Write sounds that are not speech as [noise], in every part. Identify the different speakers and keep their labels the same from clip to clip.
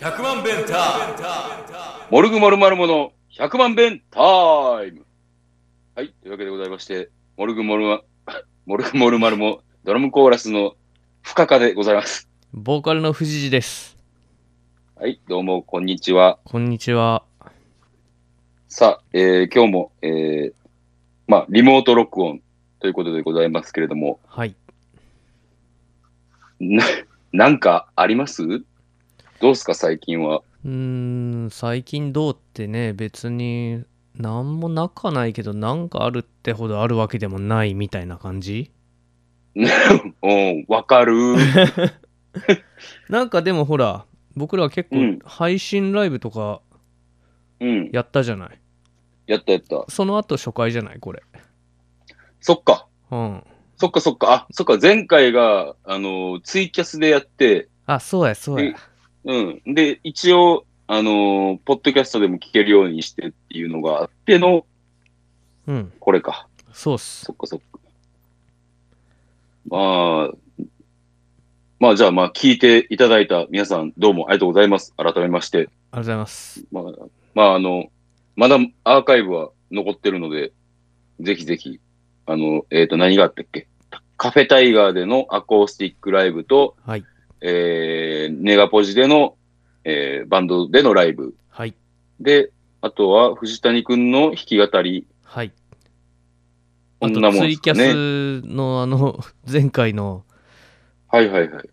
Speaker 1: 100万弁タ
Speaker 2: モルグモルマルモの100万弁タイムはい、というわけでございまして、モルグモルマ、 [laughs] モルグモルマルモ、ドラムコーラスのフカカでございます。
Speaker 3: ボーカルの藤次です。
Speaker 2: はい、どうも、こんにちは。
Speaker 3: こんにちは。
Speaker 2: さあ、えー今日も、えーまあ、リモート録音ということでございますけれども、
Speaker 3: はい。
Speaker 2: な、なんかありますどうすか、最近は。 [laughs]
Speaker 3: うーん、最近どうってね、別になんもなかないけど、なんかあるってほどあるわけでもないみたいな感じ
Speaker 2: うん、わかる。うん
Speaker 3: なんかでもほら、僕ら結
Speaker 2: うん
Speaker 3: 構配信ライブとか。やったじゃない。
Speaker 2: やったやった。
Speaker 3: その後初回じゃない、これ。
Speaker 2: そっか。
Speaker 3: うん。
Speaker 2: そっかそっか。あ、そっか。前回が、あのーツイキャスでやって、
Speaker 3: あ、そうや、そうや。
Speaker 2: うん。で、一応、あのーポッドキャストでも聞けるようにしてっていうのがあっての、
Speaker 3: うん、
Speaker 2: これか。
Speaker 3: そうっす。
Speaker 2: そっかそっか。まあ、まあじゃあ、まあ、聞いていただいた皆さん、どうもありがとうございます。改めまして。
Speaker 3: ありがとうございます。
Speaker 2: まあ、まあ、あの、まだアーカイブは残ってるので、ぜひぜひ、あの、えっ、と、何があったっけカフェタイガーでのアコースティックライブと、
Speaker 3: はい、
Speaker 2: えー、ネガポジでの、えーバンドでのライブ。
Speaker 3: はい、
Speaker 2: で、あとは藤谷くんの弾き語り。
Speaker 3: はい。
Speaker 2: こ
Speaker 3: あ
Speaker 2: んなもん
Speaker 3: と、ツ
Speaker 2: で
Speaker 3: イ
Speaker 2: す
Speaker 3: キ
Speaker 2: か
Speaker 3: ャ
Speaker 2: ね
Speaker 3: スのあの、前回の
Speaker 2: はいはいはい。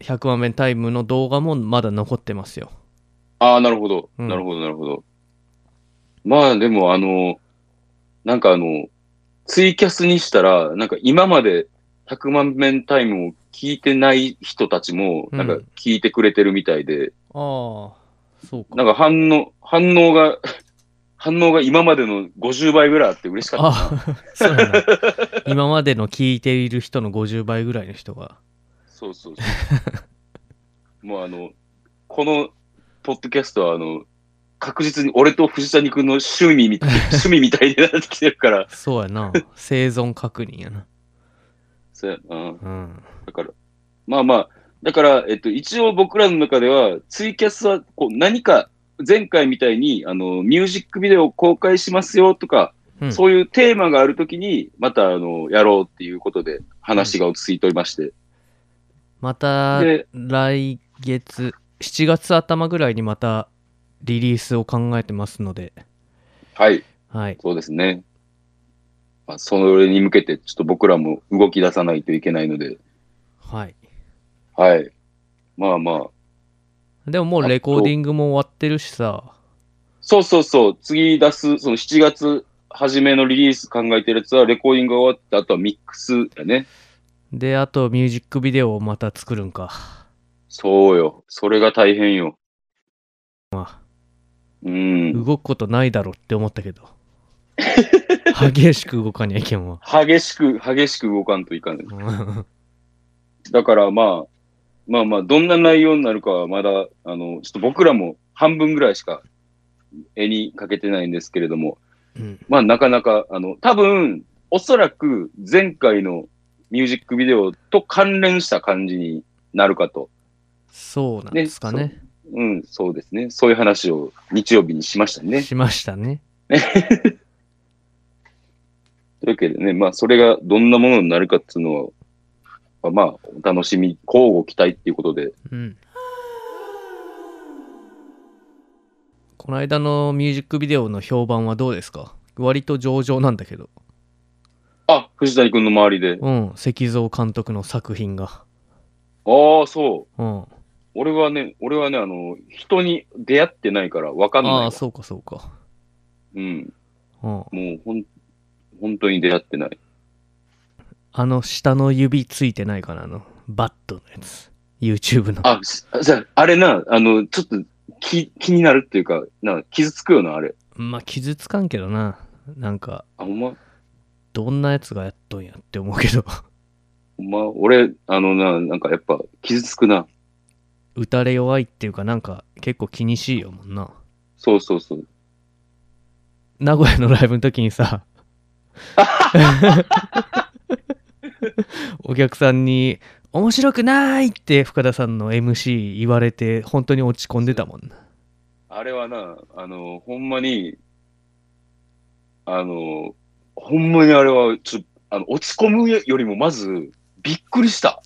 Speaker 3: 100万面タイムの動画もまだ残ってますよ。
Speaker 2: ああ、なるほど。
Speaker 3: うん
Speaker 2: なるほど、なるほど。まあ、でも、あの、なんかあの、ツイキャスにしたら、なんか今まで100万面タイムを聞いてない人たちも、
Speaker 3: うん
Speaker 2: なんか聞いてくれてるみたいで、
Speaker 3: ああ、そうか。
Speaker 2: なんか反応、反応が、 [laughs] 反応が今までの50倍ぐらいあって嬉しかったな。
Speaker 3: あそう
Speaker 2: [laughs]
Speaker 3: やな。今までの聞いている人の50倍ぐらいの人が。
Speaker 2: そうそうそう。もうあの、このポッドキャストは、あの、確実に俺と藤谷君の趣味
Speaker 3: [laughs]
Speaker 2: みたい、趣味みたいになってきてるから、
Speaker 3: そうやな。生存確認やな。
Speaker 2: そうやな。
Speaker 3: うん。
Speaker 2: だから、まあまあ、だから、えっと、一応僕らの中では、ツイキャスはこう何か、前回みたいに、あの、ミュージックビデオを公開しますよとか、
Speaker 3: うん
Speaker 2: そういうテーマがあるときに、また、あの、やろうっていうことで、話が落ち着いておりまして。
Speaker 3: また
Speaker 2: で、
Speaker 3: 来月、7月頭ぐらいにまたリリースを考えてますので、
Speaker 2: はい、
Speaker 3: はい。
Speaker 2: そうですね。まあ、それに向けて、ちょっと僕らも動き出さないといけないので、
Speaker 3: はい。
Speaker 2: はい。まあまあ、
Speaker 3: でももうレコーディングも終わってるしさ、
Speaker 2: そうそうそう、次出す、その7月初めのリリース考えてるやつは、レコーディングが終わって、あとはミックスやね。
Speaker 3: で、あとミュージックビデオをまた作るんか。
Speaker 2: そうよ。それが大変よ。
Speaker 3: ま
Speaker 2: うん。
Speaker 3: 動くことないだろって思った
Speaker 2: [laughs]
Speaker 3: けど。激しく動かにゃいけんわ。
Speaker 2: 激しく、激しく動かんといかん。
Speaker 3: うん
Speaker 2: だからまあ、まあまあ、どんな内容になるかはまだ、あの、ちょっと僕らも半分ぐらいしか絵にかけてないんですけれども、
Speaker 3: うん。
Speaker 2: まあなかなか、あの、多分、おそらく前回のミュージックビデオと関連した感じになるかと。
Speaker 3: そうなんですかね。
Speaker 2: うん、そうですね。そういう話を日曜日にしましたね。
Speaker 3: しましたね。
Speaker 2: というわけでね、まあ、それがどんなものになるかっていうのは、まあ、お楽しみ、交互期待っていうことで、
Speaker 3: うん。この間のミュージックビデオの評判はどうですか割と上々なんだけど。
Speaker 2: あ、藤谷くんの周りで、
Speaker 3: うん、石像監督の作品が。
Speaker 2: ああ、そう。
Speaker 3: うん。
Speaker 2: 俺はね、俺はね、あの、人に出会ってないからわかんない
Speaker 3: あ
Speaker 2: わ
Speaker 3: あ、そうかそうか。
Speaker 2: うん。
Speaker 3: うん。
Speaker 2: もう、ほん、本当に出会ってない。
Speaker 3: あの、下の指ついてないかなあの、バットのやつ。YouTube の。
Speaker 2: あ、しじゃあ、あれな、あの、ちょっと、気、気になるっていうか、な、傷つくよな、あれ。
Speaker 3: まあ、傷つかんけどな。なんか、
Speaker 2: あ、ほんま、
Speaker 3: どんなやつがやっとんやって思うけど。 [laughs]
Speaker 2: ほんま、俺、あのな、なんかやっぱ、傷つくな。
Speaker 3: 打たれ弱いっていうか、なんか、結構気にしいよもんな。
Speaker 2: そうそうそう。
Speaker 3: 名古屋のライブの時
Speaker 2: [laughs]
Speaker 3: にさお客さんに面白くないって深田さんの MC 言われて本当に落ち込んでたもんな
Speaker 2: あれはな、あの、ほんまに、あの、ほんまにあれは、ちょっと、あの、落ち込むよりも、まず、びっくりした。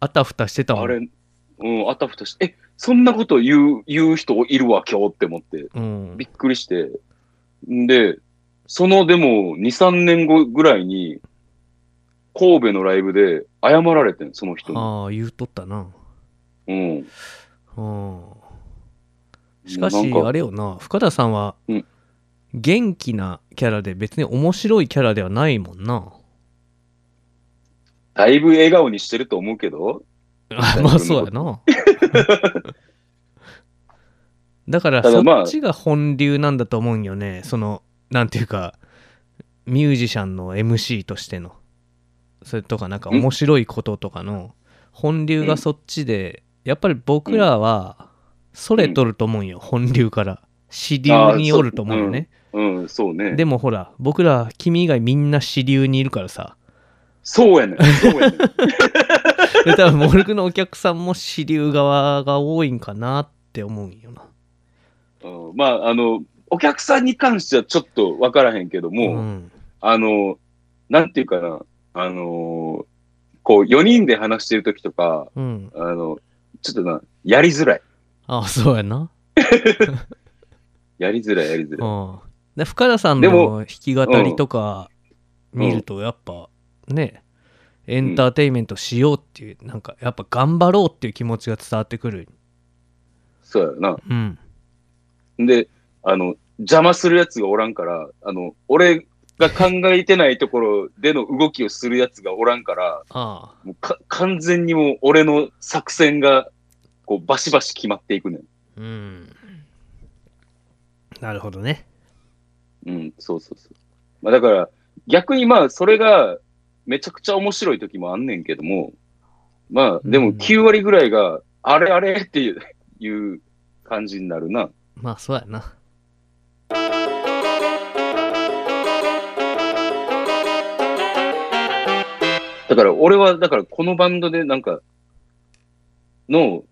Speaker 3: あたふたしてたもん
Speaker 2: あれ、うん、あたふたして、え、そんなこと言う、言う人いるわ、今日って思って、
Speaker 3: うん
Speaker 2: びっくりして。んで、その、でも、2、3年後ぐらいに、神戸のライブで謝られてん、その人に。
Speaker 3: ああ言うとったな
Speaker 2: うん。
Speaker 3: うんしか
Speaker 2: なん
Speaker 3: しあれよな深田さんは
Speaker 2: うん
Speaker 3: 元気なキャラで別に面白いキャラではないもんな
Speaker 2: だいぶ笑顔にしてると思うけど、
Speaker 3: あまあそうやな [laughs] だから
Speaker 2: た
Speaker 3: そ
Speaker 2: だまあ
Speaker 3: っちが本流なんだと思うんよねそのなんていうかミュージシャンの MC としてのそれとかなんか面白いこととかの本流がそっちでやっぱり僕らはそれとると思うんよ本流から支流におると思うよね
Speaker 2: うん、そうね。
Speaker 3: でもほら、僕ら、君以外みんな支流にいるからさ。
Speaker 2: そうやねん。そうやねん。 [laughs]
Speaker 3: で、多分、モルクのお客さんも支流側が多いんかなって思うんよな。
Speaker 2: うんまあ、あの、お客さんに関してはちょっと分からへんけども、
Speaker 3: ん。
Speaker 2: あの、なんていうかな、あのーこう、4人で話してる時とか、
Speaker 3: うん。
Speaker 2: あの、ちょっとな、やりづらい。
Speaker 3: あそうやな。
Speaker 2: やりづらい、やりづ
Speaker 3: う
Speaker 2: らい。
Speaker 3: ん。で、深田さん
Speaker 2: で
Speaker 3: の
Speaker 2: も
Speaker 3: 弾き語りとか見ると、やっぱ、ね、エンターテインメントしようっていう、なんか、やっぱ頑張ろうっていう気持ちが伝わってくる。
Speaker 2: そうや
Speaker 3: うん。
Speaker 2: な。で、あの、邪魔するやつがおらんから、あの、俺が考えてないところでの動きをするやつがおらんから、
Speaker 3: ああ。
Speaker 2: もうか完全にもう俺の作戦が、こう、バシバシ決まっていくねん。
Speaker 3: うん。なるほどね。
Speaker 2: うん、そうそうそう。まあ、だから、逆にまあ、それがめちゃくちゃ面白い時もあんねんけども、まあ、で
Speaker 3: う
Speaker 2: も
Speaker 3: ん
Speaker 2: 9割ぐらいが、あれあれっていう [laughs] いう感じになるな。
Speaker 3: まあ、そうやな。
Speaker 2: だから、俺は、だから、このバンドでなんか、の、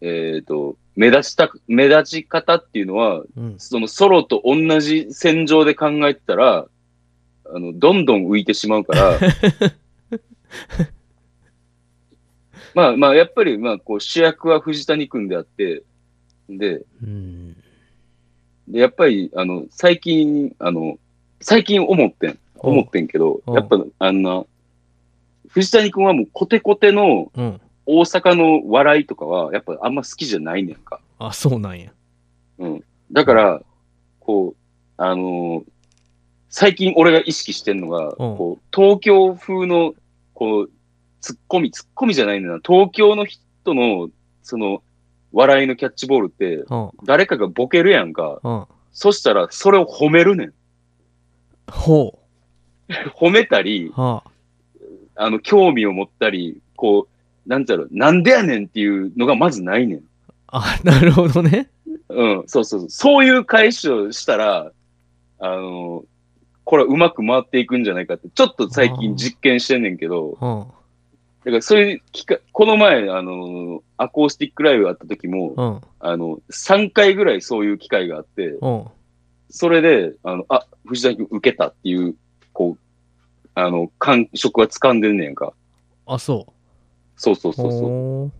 Speaker 2: えっ、と、目立ちたく、目立ち方っていうのは、
Speaker 3: うん。
Speaker 2: そのソロと同じ戦場で考えてたら、あの、どんどん浮いてしまうから。まあまあ、やっぱり、まあ、こう、主役は藤谷君であって、で、
Speaker 3: うん。
Speaker 2: で、やっぱり、あの、最近、あの、最近思ってん、思ってんけど、
Speaker 3: おう
Speaker 2: やっぱ、あの、藤谷君はもうコテコテの
Speaker 3: うん。
Speaker 2: 大阪の笑いとかは、やっぱあんま好きじゃないねんか。
Speaker 3: あ、そうなんや。
Speaker 2: だから、こう、あのー最近俺が意識してるのが、こう、東京風の、こう、ツッコミ、ツッコミじゃないんだな、東京の人の、その、笑いのキャッチボールって、
Speaker 3: うん。
Speaker 2: 誰かがボケるやんか。
Speaker 3: うん。
Speaker 2: そしたら、それを褒めるねん。
Speaker 3: ほ
Speaker 2: 褒めたり、
Speaker 3: う。はあ。
Speaker 2: あの、興味を持ったり、こう、なんだろう、なんでやねんっていうのがまずないねん。
Speaker 3: あ、なるほどね。
Speaker 2: うん、そうそうそう。そういう返しをしたら、あの、これはうまく回っていくんじゃないかって、ちょっと最近実験してんねんけど、
Speaker 3: うん。
Speaker 2: だからそういう機会、この前、あの、アコースティックライブあった時も、
Speaker 3: うん。
Speaker 2: あの、3回ぐらいそういう機会があって、
Speaker 3: うん。
Speaker 2: それで、あの、あ、藤崎君受けたっていう、こう、あの、感触は掴んでんねんか。
Speaker 3: あ、そう。
Speaker 2: そうそうそうそう。
Speaker 3: ほう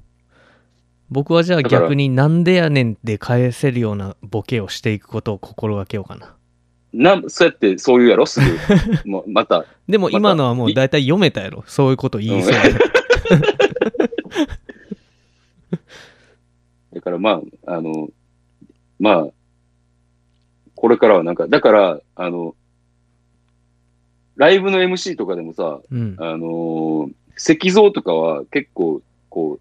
Speaker 3: 僕はじゃあ
Speaker 2: だから
Speaker 3: 逆になんでやねんで返せるようなボケをしていくことを心がけようかな。
Speaker 2: な、そうやって、そういうやろすぐ。 [laughs] もうまた、
Speaker 3: でも
Speaker 2: また
Speaker 3: 今のはもう大体読めたやろ。そういうこと言いそうやね。
Speaker 2: [laughs] だからまあ、あの、まあ、これからはなんか、だから、あの、ライブの MC とかでもさ、
Speaker 3: うん。
Speaker 2: あのー石像とかは結構、こう、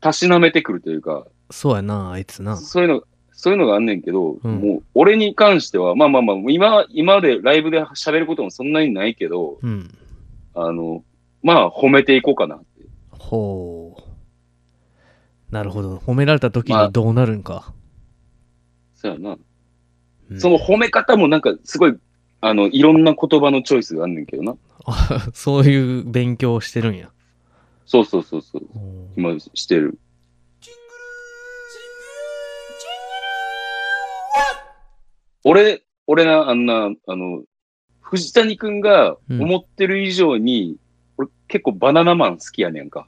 Speaker 2: たしなめてくるというか、
Speaker 3: そうやな、あいつな。
Speaker 2: そういうの、そういうのがあんねんけど、
Speaker 3: うん
Speaker 2: もう、俺に関しては、まあまあまあ、今、今までライブで喋ることもそんなにないけど、
Speaker 3: うん。
Speaker 2: あの、まあ、褒めていこうかなって。
Speaker 3: ほう。なるほど。褒められた時にどうなるんか。 [laughs]
Speaker 2: そうやな。
Speaker 3: うん
Speaker 2: その褒め方もなんか、すごい、あの、いろんな言葉のチョイスがあんねんけどな。
Speaker 3: あそういう勉強をしてるんや。
Speaker 2: そうそうそうそう。
Speaker 3: うん
Speaker 2: 今してる。俺、俺な、あんな、あの、藤谷くんが
Speaker 3: うん
Speaker 2: 思ってる以上に、俺結構バナナマン好きやねんか。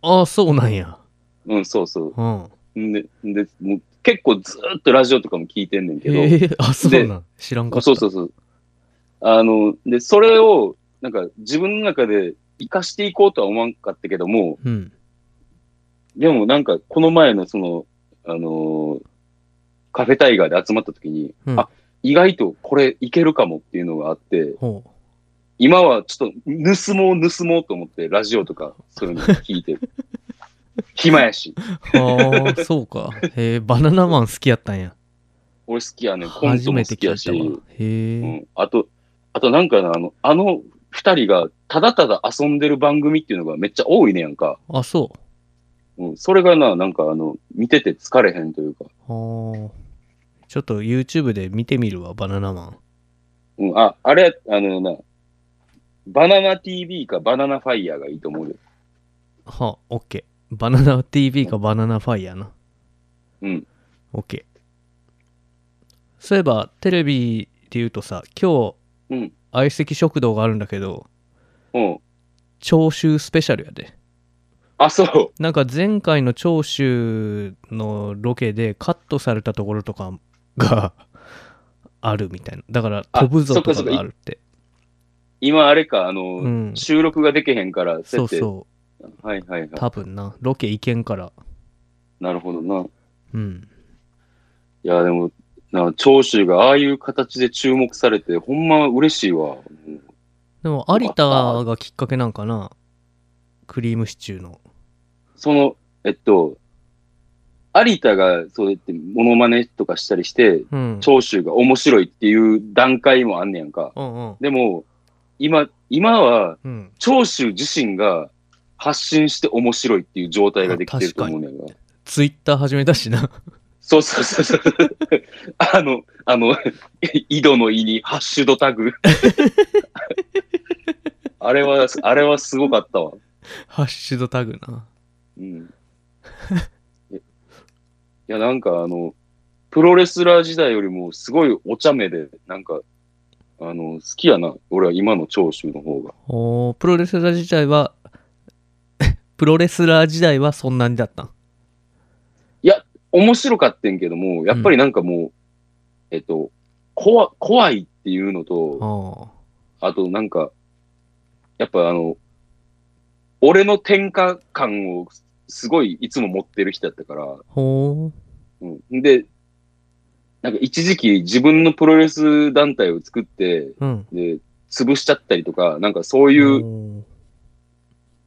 Speaker 3: ああ、そうなんや。
Speaker 2: うん、そうそ
Speaker 3: うん。
Speaker 2: う。んで、んでもう結構ずーっとラジオとかも聞いてんねんけど、
Speaker 3: へえ、あ、そうなん。知らんかった。
Speaker 2: そうそうそう。あの、で、それを、なんか自分の中で活かしていこうとは思わんかったけども、
Speaker 3: うん。
Speaker 2: でもなんかこの前のその、あのーカフェタイガーで集まった時に、
Speaker 3: うん
Speaker 2: あ、意外とこれいけるかもっていうのがあって、
Speaker 3: ほ
Speaker 2: 今はちょっと盗もう盗もうと思ってラジオとかそういうの聞
Speaker 3: [laughs]
Speaker 2: いてる。暇やし。
Speaker 3: う。ああ、そうか。へえ、バナナマン好きやったんや。
Speaker 2: 俺好きやねん。コン
Speaker 3: 初
Speaker 2: トも
Speaker 3: め
Speaker 2: 好
Speaker 3: て
Speaker 2: き
Speaker 3: 聞
Speaker 2: や
Speaker 3: いた
Speaker 2: し。
Speaker 3: わ。へ
Speaker 2: う
Speaker 3: え。
Speaker 2: ん、あと、あとなんかなあの、あの二人がただただ遊んでる番組っていうのがめっちゃ多いねやんか。
Speaker 3: あ、そう。
Speaker 2: うん、それがな、なんかあの、見てて疲れへんというか。
Speaker 3: ああ。ちょっと YouTube で見てみるわ、バナナマン。
Speaker 2: うん、あ、あれ、あのな、バナナ TV かバナナファイヤーがいいと思うよ。
Speaker 3: はあ、OK。バナナ TV かバナナファイヤーな。
Speaker 2: うん。
Speaker 3: OK。そういえば、テレビで言うとさ、今日、
Speaker 2: うん
Speaker 3: 相席食堂があるんだけど、
Speaker 2: うん。
Speaker 3: 聴衆スペシャルやで。
Speaker 2: あ、そう。
Speaker 3: なんか前回の長州のロケでカットされたところとかが [laughs] あるみたいな。だから
Speaker 2: あ
Speaker 3: 飛ぶぞと
Speaker 2: そ
Speaker 3: か
Speaker 2: っかそっ
Speaker 3: が
Speaker 2: か
Speaker 3: あるって。
Speaker 2: 今あれか、あの、
Speaker 3: うん
Speaker 2: 収録ができへんから、
Speaker 3: そう
Speaker 2: 設定
Speaker 3: そ。。
Speaker 2: はいはいはいう
Speaker 3: 多分な。ロケ行けんから。
Speaker 2: なるほどな。い
Speaker 3: うん。
Speaker 2: や、でも、な、長州がああいう形で注目されて、ほんま嬉しいわ。うん
Speaker 3: でも有田がきっかけなんかな。クリームシチューの。
Speaker 2: その、えっと、有田がそうやってモノマネとかしたりして、
Speaker 3: うん。
Speaker 2: 長州が面白いっていう段階もあんねやんか。
Speaker 3: うんうん。
Speaker 2: でも、今、今は、
Speaker 3: うん。
Speaker 2: 長州自身が発信して面白いっていう状態ができてると思うねんが。
Speaker 3: ツイッター始めたしな。 [laughs]
Speaker 2: そうそうそうそう。あの、 [laughs] あの、井戸の井にハッシュドタグ。 [laughs] あれは、あれはすごかったわ。
Speaker 3: ハッシュドタグな。
Speaker 2: うん。いや、なんかあの、プロレスラー時代よりもすごいお茶目で、なんか、あの、好きやな。俺は今の長州の方が。
Speaker 3: おープロレスラー時代は、 [laughs] プロレスラー時代はそんなにだったん。
Speaker 2: 面白かってんけども、やっぱりなんかもう、えっと、怖、怖いっていうのと、
Speaker 3: あー
Speaker 2: あとなんか、やっぱあの、俺の転換感をすごいいつも持ってる人だったから、
Speaker 3: ほー
Speaker 2: うん、で、なんか一時期自分のプロレス団体を作って、
Speaker 3: うん。
Speaker 2: で、潰しちゃったりとか、なんかそう
Speaker 3: と
Speaker 2: いう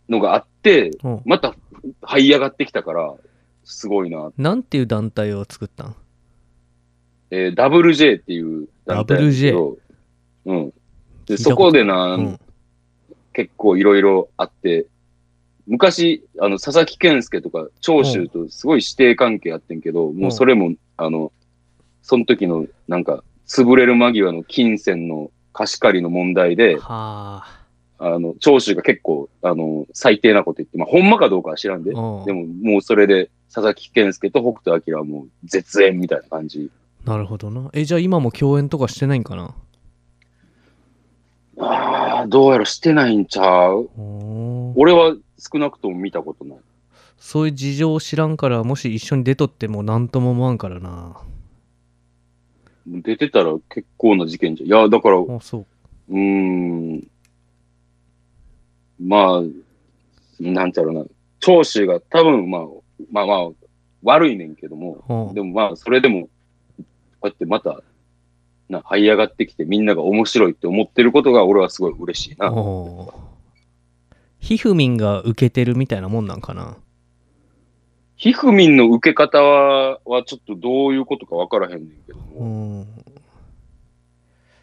Speaker 2: のがあって、
Speaker 3: うん
Speaker 2: また這い上がってきたから、すごいな。
Speaker 3: なんていう団体を作ったん
Speaker 2: えー WJ っていう団体なんですけど。うん。で、
Speaker 3: 聞いた
Speaker 2: そ
Speaker 3: こと
Speaker 2: こでな、
Speaker 3: うん。
Speaker 2: 結構いろいろあって、昔、あの、佐々木健介とか、長州とすごい師弟関係あってんけど、もうそれも、あの、その時の、なんか、潰れる間際の金銭の貸し借りの問題で
Speaker 3: は、あ。
Speaker 2: あの、長州が結構、あの、最低なこと言って、まあ、ほんまかどうかは知らんで、
Speaker 3: で
Speaker 2: で
Speaker 3: も
Speaker 2: も、もうそれで、佐々木健介と北斗晶はもう絶縁みたいな感じ。
Speaker 3: なるほどな。え、じゃあ今も共演とかしてないんかな
Speaker 2: ああ、どうやらしてないんちゃう
Speaker 3: おー
Speaker 2: 俺は少なくとも見たことない。
Speaker 3: そういう事情を知らんから、もし一緒に出とっても何とも思わんからな。
Speaker 2: 出てたら結構な事件じゃん。いや、だから、
Speaker 3: あ、そう。
Speaker 2: うーん。まあ、なんちゃろうな。長州が多分、まあ、まあまあ、悪いねんけども、
Speaker 3: うん
Speaker 2: でもまあ、それでも、こうやってまた、な、這い上がってきて、みんなが面白いって思ってることが、俺はすごい嬉しいな。
Speaker 3: おーひふみんが受けてるみたいなもんなんかな
Speaker 2: ひふみんの受け方は、はちょっとどういうことかわからへんねんけど
Speaker 3: う
Speaker 2: も、
Speaker 3: ん。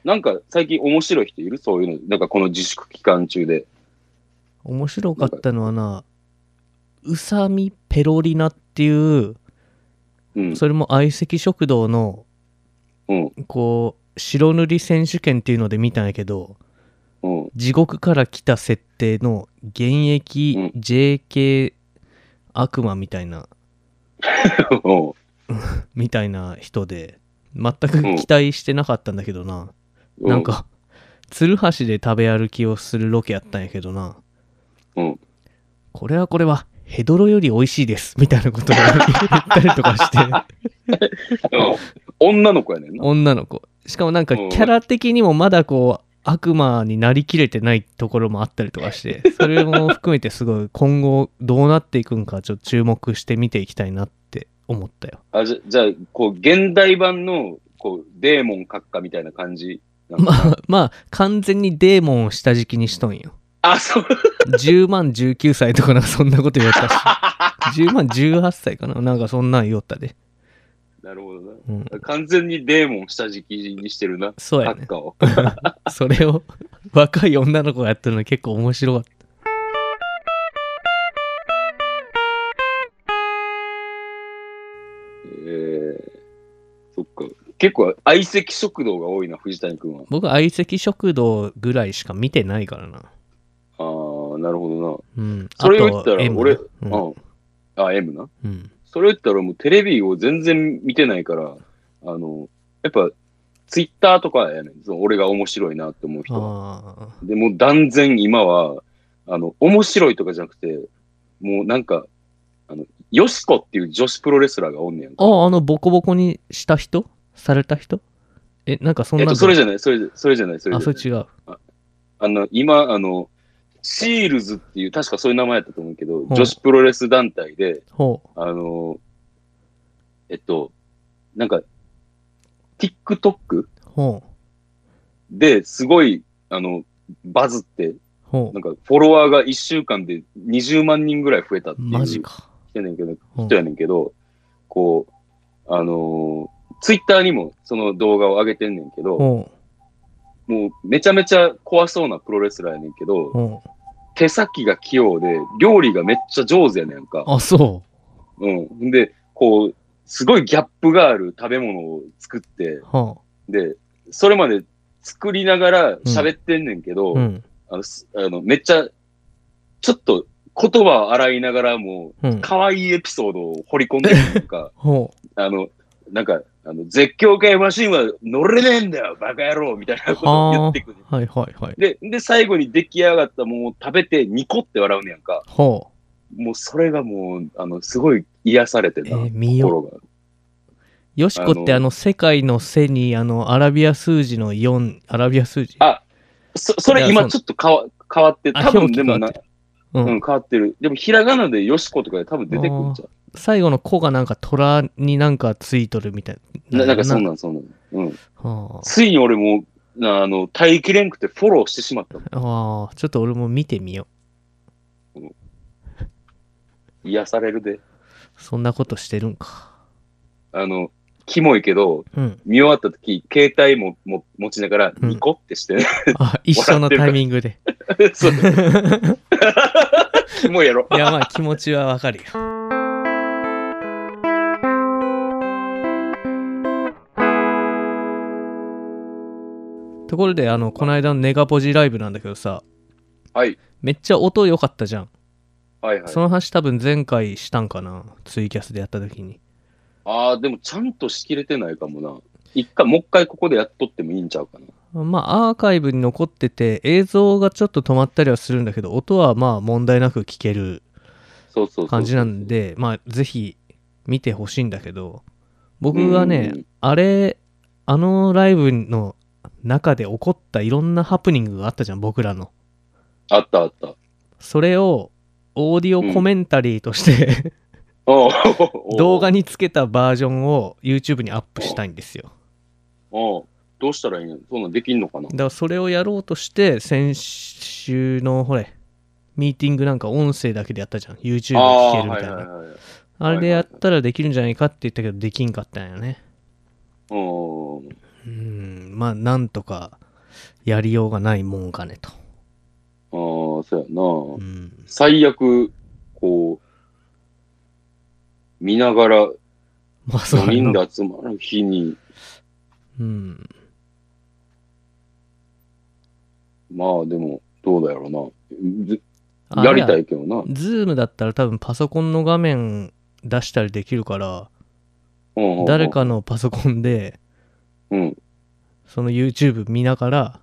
Speaker 2: なんか最近面白い人いるそういうの。なんかこの自粛期間中で。
Speaker 3: 面白かったのはな、うさみペロリナっていう、
Speaker 2: うん。
Speaker 3: それも相席食堂の
Speaker 2: うん。
Speaker 3: こう白塗り選手権っていうので見たんやけど
Speaker 2: うん。
Speaker 3: 地獄から来た設定の現役
Speaker 2: う
Speaker 3: JK 悪魔みたいな、
Speaker 2: うん
Speaker 3: みたいな人で、全く期待してなかったんだけどな。なん、か、ツルハシで食べ歩きをするロケやったんやけどな。
Speaker 2: うん。
Speaker 3: これはこれは、ヘドロより美味しいです、みたいなことを言ったりとかして、
Speaker 2: うん女の子やねんな。
Speaker 3: 女の子。しかもなんか、キ
Speaker 2: うん
Speaker 3: ャラ的にもまだこう、悪魔になりきれてないところもあったりとかして、それも含めてすごい、今後どうなっていくんか、ちょっと注目して見ていきたいなって思ったよ。
Speaker 2: あじゃじゃあ、こう、現代版の、こう、デーモン閣下みたいな感じなの
Speaker 3: ま
Speaker 2: かな。
Speaker 3: あ、まあ、完全にデーモンを下敷きにしとんよ。
Speaker 2: あ、そう。
Speaker 3: 10万19歳とかなんかそんなこと言われたし10万18歳かななんかそんなん言おったで、
Speaker 2: なるほど
Speaker 3: うん、
Speaker 2: な。完全にデーモン下敷きにしてるな、
Speaker 3: そうや
Speaker 2: 閣
Speaker 3: ね
Speaker 2: 下を。
Speaker 3: それを若い女の子がやってるの結構面白かった
Speaker 2: えー、そっか。結構、相席食堂が多いな、藤谷君は。
Speaker 3: 僕相席食堂ぐらいしか見てないからな
Speaker 2: あー、なるほど
Speaker 3: うん
Speaker 2: それを言ったら
Speaker 3: あと M
Speaker 2: 俺
Speaker 3: うん
Speaker 2: な。うん。あ、M な。
Speaker 3: うん
Speaker 2: それ言ったらもうテレビを全然見てないから、あの、やっぱ、ツイッターとかやねん。その俺が面白いなって思う人は。
Speaker 3: あ
Speaker 2: でもう断然今は、あの、面白いとかじゃなくて、もうなんか、あの、ヨシコっていう女子プロレスラーがおんねやん
Speaker 3: ー
Speaker 2: か。
Speaker 3: ああのボコボコにした人された人えなんかそん
Speaker 2: え
Speaker 3: な
Speaker 2: っ
Speaker 3: の
Speaker 2: と、それじゃない、それじゃ、それじゃない、それ
Speaker 3: あ
Speaker 2: じゃ
Speaker 3: そ
Speaker 2: ない。
Speaker 3: れ違う
Speaker 2: あの、今、あの、シールズっていう、確かそういう名前やったと思うけど、
Speaker 3: ん
Speaker 2: 女子プロレス団体で、
Speaker 3: ほ
Speaker 2: あの、えっと、なんか、TikTok
Speaker 3: うほう
Speaker 2: ですごい、あの、バズって、な
Speaker 3: ほうん
Speaker 2: かフォロワーが1週間で20万人ぐらい増えたっていう。
Speaker 3: マジか
Speaker 2: 人やねんけど、
Speaker 3: ほう
Speaker 2: 人やねんけど、こう、あのツイッターにもその動画を上げてんねんけど、
Speaker 3: ほ
Speaker 2: もうめちゃめちゃ怖そうなプロレスラーやねんけ
Speaker 3: う
Speaker 2: ど、
Speaker 3: ほう
Speaker 2: 手先が器用で、料理がめっちゃ上手やねんか。
Speaker 3: あそ
Speaker 2: うん。で、こう、すごいギャップがある食べ物を作って
Speaker 3: う、は
Speaker 2: で、それまで作りながら喋ってんねんけど、
Speaker 3: あうん
Speaker 2: あのすあのめっちゃ、ちょっと言葉を洗いながらも、
Speaker 3: うん
Speaker 2: 可愛いエピソードを掘り込んでるねんか、
Speaker 3: [laughs] ほう
Speaker 2: あの、なんか、あの絶叫系マシンは乗れねえんだよ、バカ野郎みたいなことを言ってくる。
Speaker 3: はいはいはい。
Speaker 2: で、で、最後に出来上がったものを食べて、ニコって笑うねやんか。
Speaker 3: ほう。
Speaker 2: もうそれがもう、あの、すごい癒されて
Speaker 3: え
Speaker 2: た、
Speaker 3: ー、見よう。
Speaker 2: 心が。
Speaker 3: よしこってあ
Speaker 2: あの
Speaker 3: の世界の背にあのアラビア数字の4、アラビア数字
Speaker 2: あそそ
Speaker 3: い
Speaker 2: れ
Speaker 3: や
Speaker 2: 今ちょっと変わ変わって、
Speaker 3: あ
Speaker 2: 多分
Speaker 3: 表記
Speaker 2: でもな
Speaker 3: 変わっ、う
Speaker 2: うんん、変わってる。でもひらがなでよしことかで多分出てくるんじゃ
Speaker 3: 最後の子がなんか虎になんかついとるみたい
Speaker 2: ん。な
Speaker 3: な。
Speaker 2: なんかそん
Speaker 3: な。
Speaker 2: なん、そんなん。うん。
Speaker 3: は
Speaker 2: ついに俺も、なあの、待機レンクってフォローしてしまった。
Speaker 3: あああ、ちょっと俺も見てみよ
Speaker 2: 癒されるで。
Speaker 3: う。そんなことしてるんか。
Speaker 2: あの、キモいけど、
Speaker 3: うん。
Speaker 2: 見終わった時、携帯もも持ちながら、
Speaker 3: うん
Speaker 2: ニコって
Speaker 3: [laughs]
Speaker 2: して、ね
Speaker 3: あ、一緒のタイミングで。
Speaker 2: そうキモいやろ。
Speaker 3: いや、まあ気持ちはわかるよ。ところで、あの、この間のネガポジライブなんだけどさ、
Speaker 2: はい。
Speaker 3: めっちゃ音良かったじゃん。
Speaker 2: はいはい
Speaker 3: そ。の話多分前回したんかな、ツイキャスでやった時に。
Speaker 2: ああ、でもちゃんとしきれてないかもな。一回、もう一回ここでやっとってもいいんちゃうかな。
Speaker 3: まあ、アーカイブに残ってて、映像がちょっと止まったりはするんだけど、音はまあ問題なく聞ける
Speaker 2: そうそうそう
Speaker 3: 感じなん。で、まあ、ぜひ見てほしいんだけど、僕はね
Speaker 2: うん、
Speaker 3: あれ、あのライブの中で起こったいろんなハプニングがあったじゃん、僕らの。
Speaker 2: あったあった。
Speaker 3: それを、オーディオコメンタリーとして、
Speaker 2: [laughs] おう
Speaker 3: [laughs]
Speaker 2: [laughs]
Speaker 3: 動画につけたバージョンを YouTube にアップしたいんですよ。
Speaker 2: おうどうしたらいいのそんなんできんのかな
Speaker 3: だからそれをやろうとして、先週の、ほれ、ミーティングなんか音声だけでやったじゃん。YouTube で聞けるみたいな。
Speaker 2: あー
Speaker 3: あ,、
Speaker 2: はいはいはい。
Speaker 3: れでやったらできるんじゃないかって言ったけど、できんかったんよね。
Speaker 2: おう
Speaker 3: うん、まあ、なんとか、やりようがないもんかねと。
Speaker 2: あーそうやな。
Speaker 3: うん。
Speaker 2: 最悪、こう、見ながら、
Speaker 3: まあ、そう
Speaker 2: 4
Speaker 3: や
Speaker 2: 人
Speaker 3: な
Speaker 2: で集まる日に、
Speaker 3: うん。
Speaker 2: まあでも、どうだろう
Speaker 3: あ
Speaker 2: な。やりた
Speaker 3: い
Speaker 2: いけどな。
Speaker 3: ズームだったら多分パソコンの画面出したりできるから、
Speaker 2: うんうん
Speaker 3: 誰。かのパソコンで、
Speaker 2: うん。
Speaker 3: その YouTube 見ながら、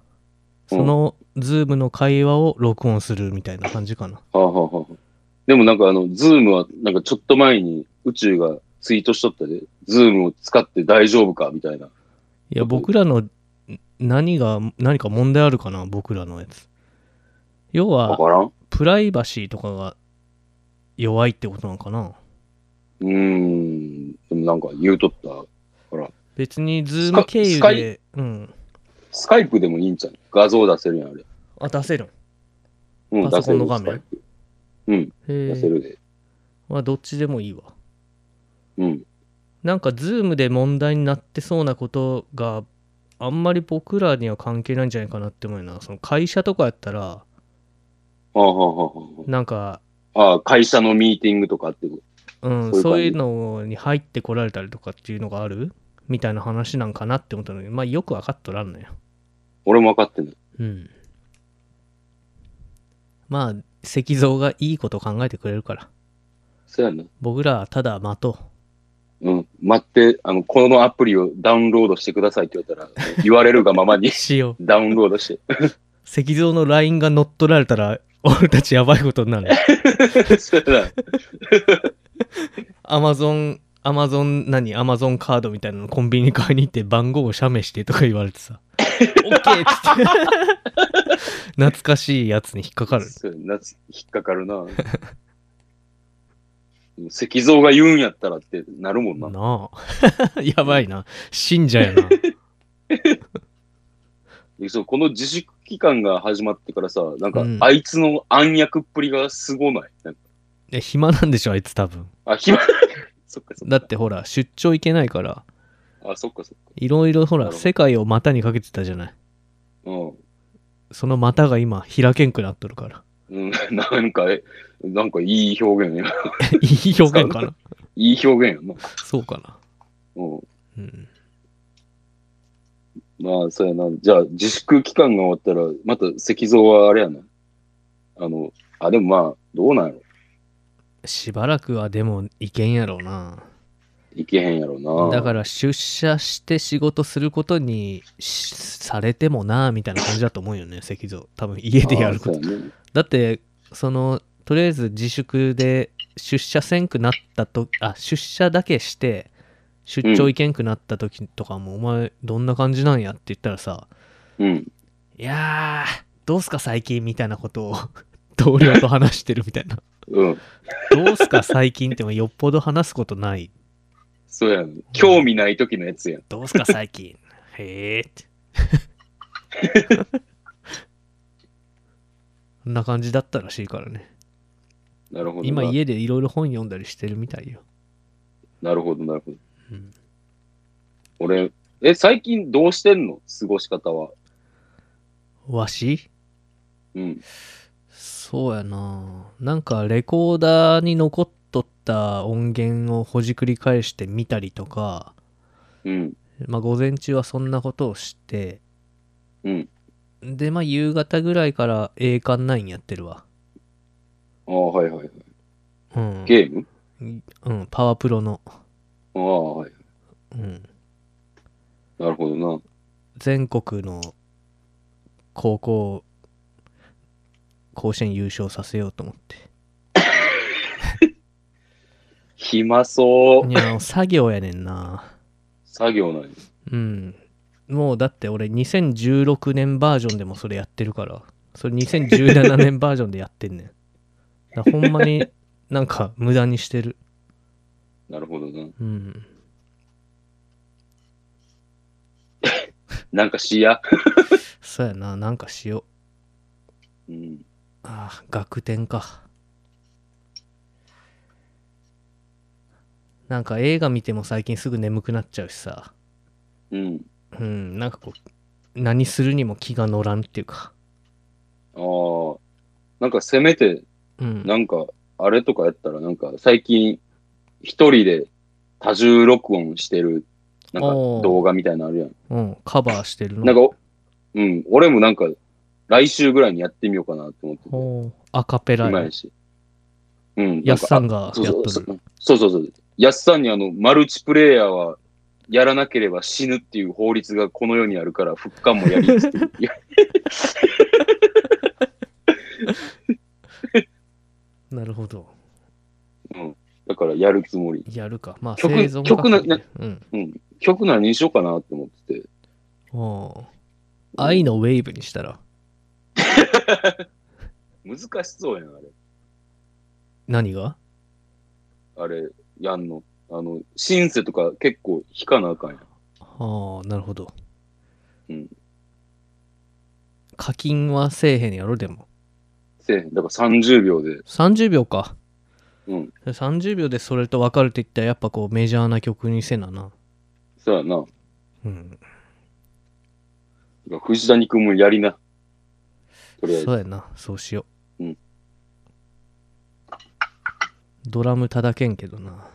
Speaker 2: う
Speaker 3: そ
Speaker 2: ん
Speaker 3: のズームの会話を録音するみたいな感じかな。
Speaker 2: はあ、はあはあ、でもなんかあの、ズームは、なんかちょっと前に宇宙がツイートしとったで、ズームを使って大丈夫かみたいな。
Speaker 3: いや、僕らの、ん何が、何か問題あるかな、僕らのやつ。要
Speaker 2: わ
Speaker 3: は
Speaker 2: か、らん
Speaker 3: プライバシーとかが弱いってことなのかな。
Speaker 2: うーん。でもなんか言うとった。
Speaker 3: 別に、ズーム経由
Speaker 2: スカ
Speaker 3: で、うん、
Speaker 2: スカイプでもいいんちゃう画像出せるやん、あれ。
Speaker 3: あ、出せるん。
Speaker 2: うん、
Speaker 3: パ
Speaker 2: 出
Speaker 3: ソコ
Speaker 2: せ
Speaker 3: ン
Speaker 2: る。
Speaker 3: の
Speaker 2: ス
Speaker 3: 画
Speaker 2: カイ
Speaker 3: 面
Speaker 2: プ。うん、
Speaker 3: へ
Speaker 2: 出せ
Speaker 3: え。
Speaker 2: るで。
Speaker 3: まあ、どっちでもいいわ。
Speaker 2: うん。
Speaker 3: なんか、ズームで問題になってそうなことがあんまり僕らには関係ないんじゃないかなって思うよな。その会社とかやったら、
Speaker 2: はあ、はあは
Speaker 3: なんか、
Speaker 2: あはあ、ああ、会社のミーティングとかってこと。
Speaker 3: う
Speaker 2: そういう感
Speaker 3: ん、
Speaker 2: じ
Speaker 3: そういうのに入ってこられたりとかっていうのがあるみたいな話なんかなって思ったのに、まあよく分かっとらんのよ。
Speaker 2: 俺も分かってない。
Speaker 3: うん。まあ、石像がいいことを考えてくれるから。
Speaker 2: そうやな。
Speaker 3: 僕らはただ待と
Speaker 2: うん。待って、あの、このアプリをダウンロードしてくださいって言われたら、言われるがまま [laughs] に
Speaker 3: う。しよう。
Speaker 2: ダウンロードして。
Speaker 3: 石像の LINE が乗っ取られたら、俺たちやばいことに
Speaker 2: [laughs]
Speaker 3: なる。
Speaker 2: そうやな。
Speaker 3: アマゾン、アマゾン、何アマゾンカードみたいなのコンビニ買いに行って番号を写メしてとか言われ
Speaker 2: [laughs]
Speaker 3: てさ。オッケーっつって。懐かしいやつに引っかかる。
Speaker 2: そうやな引っかかるな。石像が言うんやったらってなるもんな。
Speaker 3: なあ。 [laughs] やばいな。信者やな。
Speaker 2: でそうこの自粛期間が始まってからさ、なんか、
Speaker 3: うん
Speaker 2: あいつの暗躍っぷりがすごない。なんか
Speaker 3: え暇なんでしょ、あいつ多分。
Speaker 2: あ、
Speaker 3: [laughs]
Speaker 2: 暇そっかそっか。
Speaker 3: だってほら、出張行けないから、
Speaker 2: あ、そっかそっか。
Speaker 3: いろいろほ
Speaker 2: なるほ
Speaker 3: ら、
Speaker 2: ど
Speaker 3: 世界を股にかけてたじゃない。
Speaker 2: うん。
Speaker 3: その股が今、開けんくなっとるから。 [laughs]
Speaker 2: うん、なんか、えなんかいい表現や。
Speaker 3: いい表現かな。
Speaker 2: いい表現やな。
Speaker 3: そうかな。
Speaker 2: うん。
Speaker 3: うん。
Speaker 2: まあ、そうやな。じゃあ、自粛期間が終わったら、また石像はあれやな。あの、あ、でもまあ、どうなんやろ。
Speaker 3: しばらくはでも、いけんやろうな。
Speaker 2: いけへんやろな。
Speaker 3: だから、出社して仕事することにしされてもな、みたいな感じだと思うよね、石像。多分、家でやること
Speaker 2: あ。そうやね
Speaker 3: だってそのとりあえず自粛で出社せんくなったとあ出社だけして出張行けんくなった時とかも、お前どんな感じなんやって言ったらさ
Speaker 2: うん。
Speaker 3: 「いやーどうすか最近」みたいなことを [laughs] 同僚と話してるみたいな
Speaker 2: うん。
Speaker 3: 「どうすか最近」ってもよっぽど話すことない
Speaker 2: そうやね興味ない時のやつやん
Speaker 3: 「どうすか最近」 [laughs] へえってこんな感じだったらしいからね
Speaker 2: なるほどな。
Speaker 3: 今家でいろいろ本読んだりしてるみたいよ、
Speaker 2: なるほど、なるほど。
Speaker 3: うん
Speaker 2: 俺、え、最近どうしてんの過ごし方は。
Speaker 3: わし
Speaker 2: うん。
Speaker 3: そうやななんかレコーダーに残っとった音源をほじくり返してみたりとか
Speaker 2: うん。
Speaker 3: まあ午前中はそんなことをして
Speaker 2: うん。
Speaker 3: でまあ夕方ぐらいから栄冠ナインやってるわ
Speaker 2: ああ、はいはいはい。
Speaker 3: うん、
Speaker 2: ゲーム
Speaker 3: うん、パワープロの、
Speaker 2: ああ、はい。
Speaker 3: うん、
Speaker 2: なるほどな。
Speaker 3: 全国の高校を甲子園優勝させようと思って
Speaker 2: 暇そう。
Speaker 3: いや作業やねんな
Speaker 2: 作業なんや
Speaker 3: うん。もうだって俺2016年バージョンでもそれやってるから、それ2017年バージョンでやってんねん。だからほんまになんか無駄にしてる。
Speaker 2: なるほどな。
Speaker 3: うん。
Speaker 2: なんかしや。
Speaker 3: そうやな、なんかしよう。
Speaker 2: うん。
Speaker 3: ああ、楽天か。なんか映画見ても最近すぐ眠くなっちゃうしさ。
Speaker 2: うん。
Speaker 3: うん、なんかこう、何するにも気が乗らんっていうか。
Speaker 2: ああ。なんかせめて、
Speaker 3: うん。
Speaker 2: なんか、あれとかやったら、なんか最近、一人で多重録音してる、なんか
Speaker 3: おー
Speaker 2: 動画みたいなのあるやん。
Speaker 3: うん、カバーしてるの。
Speaker 2: なんかお、うん、俺もなんか、来週ぐらいにやってみようかなと思ってて。
Speaker 3: ほうアカペラ
Speaker 2: うま
Speaker 3: や
Speaker 2: い。し。うん。
Speaker 3: やっさん
Speaker 2: が
Speaker 3: が
Speaker 2: そう
Speaker 3: やっ
Speaker 2: そう
Speaker 3: と
Speaker 2: そう
Speaker 3: る。。
Speaker 2: そうそうそう。やっさんにあの、マルチプレイヤーは、やらなければ死ぬっていう法律がこの世にあるから、復刊もやり
Speaker 3: [laughs]
Speaker 2: やすい。いや
Speaker 3: なるほど。
Speaker 2: だからやるつもり。
Speaker 3: やるか。まあ、
Speaker 2: 曲
Speaker 3: 生存
Speaker 2: 曲な
Speaker 3: 確認うん。
Speaker 2: うん。曲何にしようかなって思ってて。
Speaker 3: おう愛のウェーブにしたら、
Speaker 2: 難しそうやん、あれ。
Speaker 3: 何が
Speaker 2: あれ、やんの。あの、シンセとか結構弾かなあかんやん。
Speaker 3: ああ、なるほど。
Speaker 2: うん
Speaker 3: 課金はせえへんやろ、でも。
Speaker 2: せえへん。だから30秒で。
Speaker 3: 30秒か。
Speaker 2: うん。
Speaker 3: 30秒でそれと分かるって言ったら、やっぱこう、メジャーな曲にせなな。
Speaker 2: そうやな。
Speaker 3: うん。
Speaker 2: 藤谷君もやりな。とりあえず
Speaker 3: そ。うやな。そうしよう。
Speaker 2: うん
Speaker 3: ドラム叩けんけどな。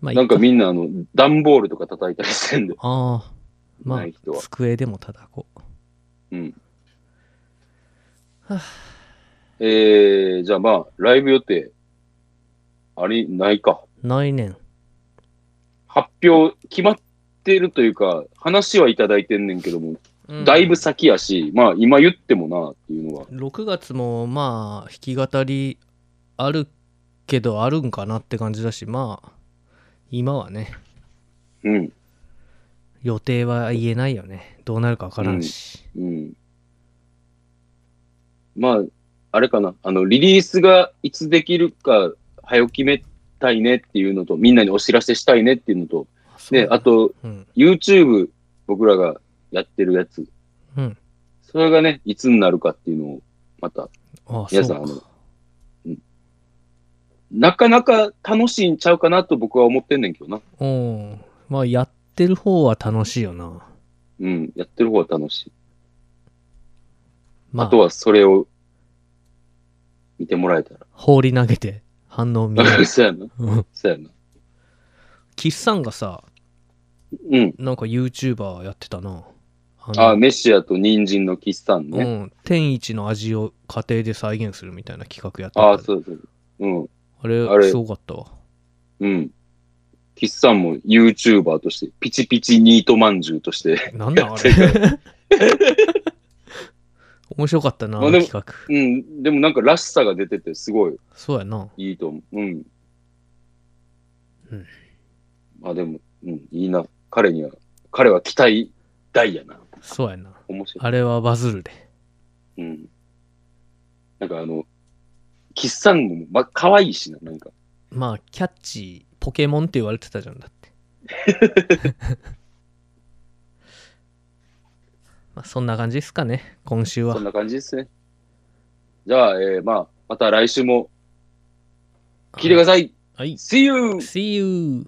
Speaker 3: まあ、
Speaker 2: なんか
Speaker 3: いっ
Speaker 2: みんなあの、段ボールとか叩いたりしてんで。
Speaker 3: ああ、まあ
Speaker 2: ない人、は
Speaker 3: 机でも叩こう。
Speaker 2: うん
Speaker 3: はあ。
Speaker 2: えー、じゃあまあ、ライブ予定、あり、ないか。
Speaker 3: ないねん。
Speaker 2: 発表、決まってるというか、話はいただいてんねんけども、
Speaker 3: うん
Speaker 2: だいぶ先やし、まあ今言ってもなっていうのは、
Speaker 3: 6月もまあ弾き語りあるけどあるんかなって感じだしまあ今はね
Speaker 2: うん、
Speaker 3: 予定は言えないよねどうなるかわからんし、
Speaker 2: うん。まあ、あれかな、あの、リリースがいつできるか、早く決めたいねっていうのと、みんなにお知らせしたいねっていうのと、
Speaker 3: そう
Speaker 2: で、あと、
Speaker 3: うん、
Speaker 2: YouTube、僕らがやってるやつ、
Speaker 3: うん、
Speaker 2: それがね、いつになるかっていうのを、また、
Speaker 3: ああそ
Speaker 2: 皆
Speaker 3: う
Speaker 2: さん
Speaker 3: か
Speaker 2: なかなか楽しいんちゃうかなと僕は思ってんねんけどな。
Speaker 3: うんまあやってる方は楽しいよな
Speaker 2: うん、やってる方は楽しい。
Speaker 3: ま
Speaker 2: あと
Speaker 3: あ
Speaker 2: はそれを見てもらえた
Speaker 3: 放り投げて反応見
Speaker 2: [laughs] ら。
Speaker 3: る
Speaker 2: そうやな、そうやな。
Speaker 3: キッサンがさ
Speaker 2: うん。
Speaker 3: なんか YouTuber やってたなあの
Speaker 2: あ、メシアと人参のキスさん
Speaker 3: う
Speaker 2: ね。
Speaker 3: ん、天一の味を家庭で再現するみたいな企画やってた
Speaker 2: ああ、そうそう。うん、
Speaker 3: あれ
Speaker 2: あれ
Speaker 3: すごかったわ
Speaker 2: うん。キスさんも YouTuber として、ピチピチニートまんじゅうとして。 [laughs]
Speaker 3: なんなんあれ [laughs] 面白かったな、
Speaker 2: まあでも
Speaker 3: 企画。
Speaker 2: うん、でもなんからしさが出てて、すごい
Speaker 3: そうやな。
Speaker 2: いいと思う。うん。
Speaker 3: うん
Speaker 2: まあでも、うん、いいな。彼には、彼は期待大やな。
Speaker 3: そうやな。
Speaker 2: 面白い。
Speaker 3: あれはバズるで。
Speaker 2: うん。なんかあの、キッサンも、ま、可愛いしな、なんか。
Speaker 3: まあ、キャッチー、ポケモンって言われてたじゃんだって。まあ、そんな感じですかね、今週は
Speaker 2: そん。な感じですね。じゃあ、えー、まあ、また来週も聞いてください。
Speaker 3: はい。
Speaker 2: See you!
Speaker 3: See you!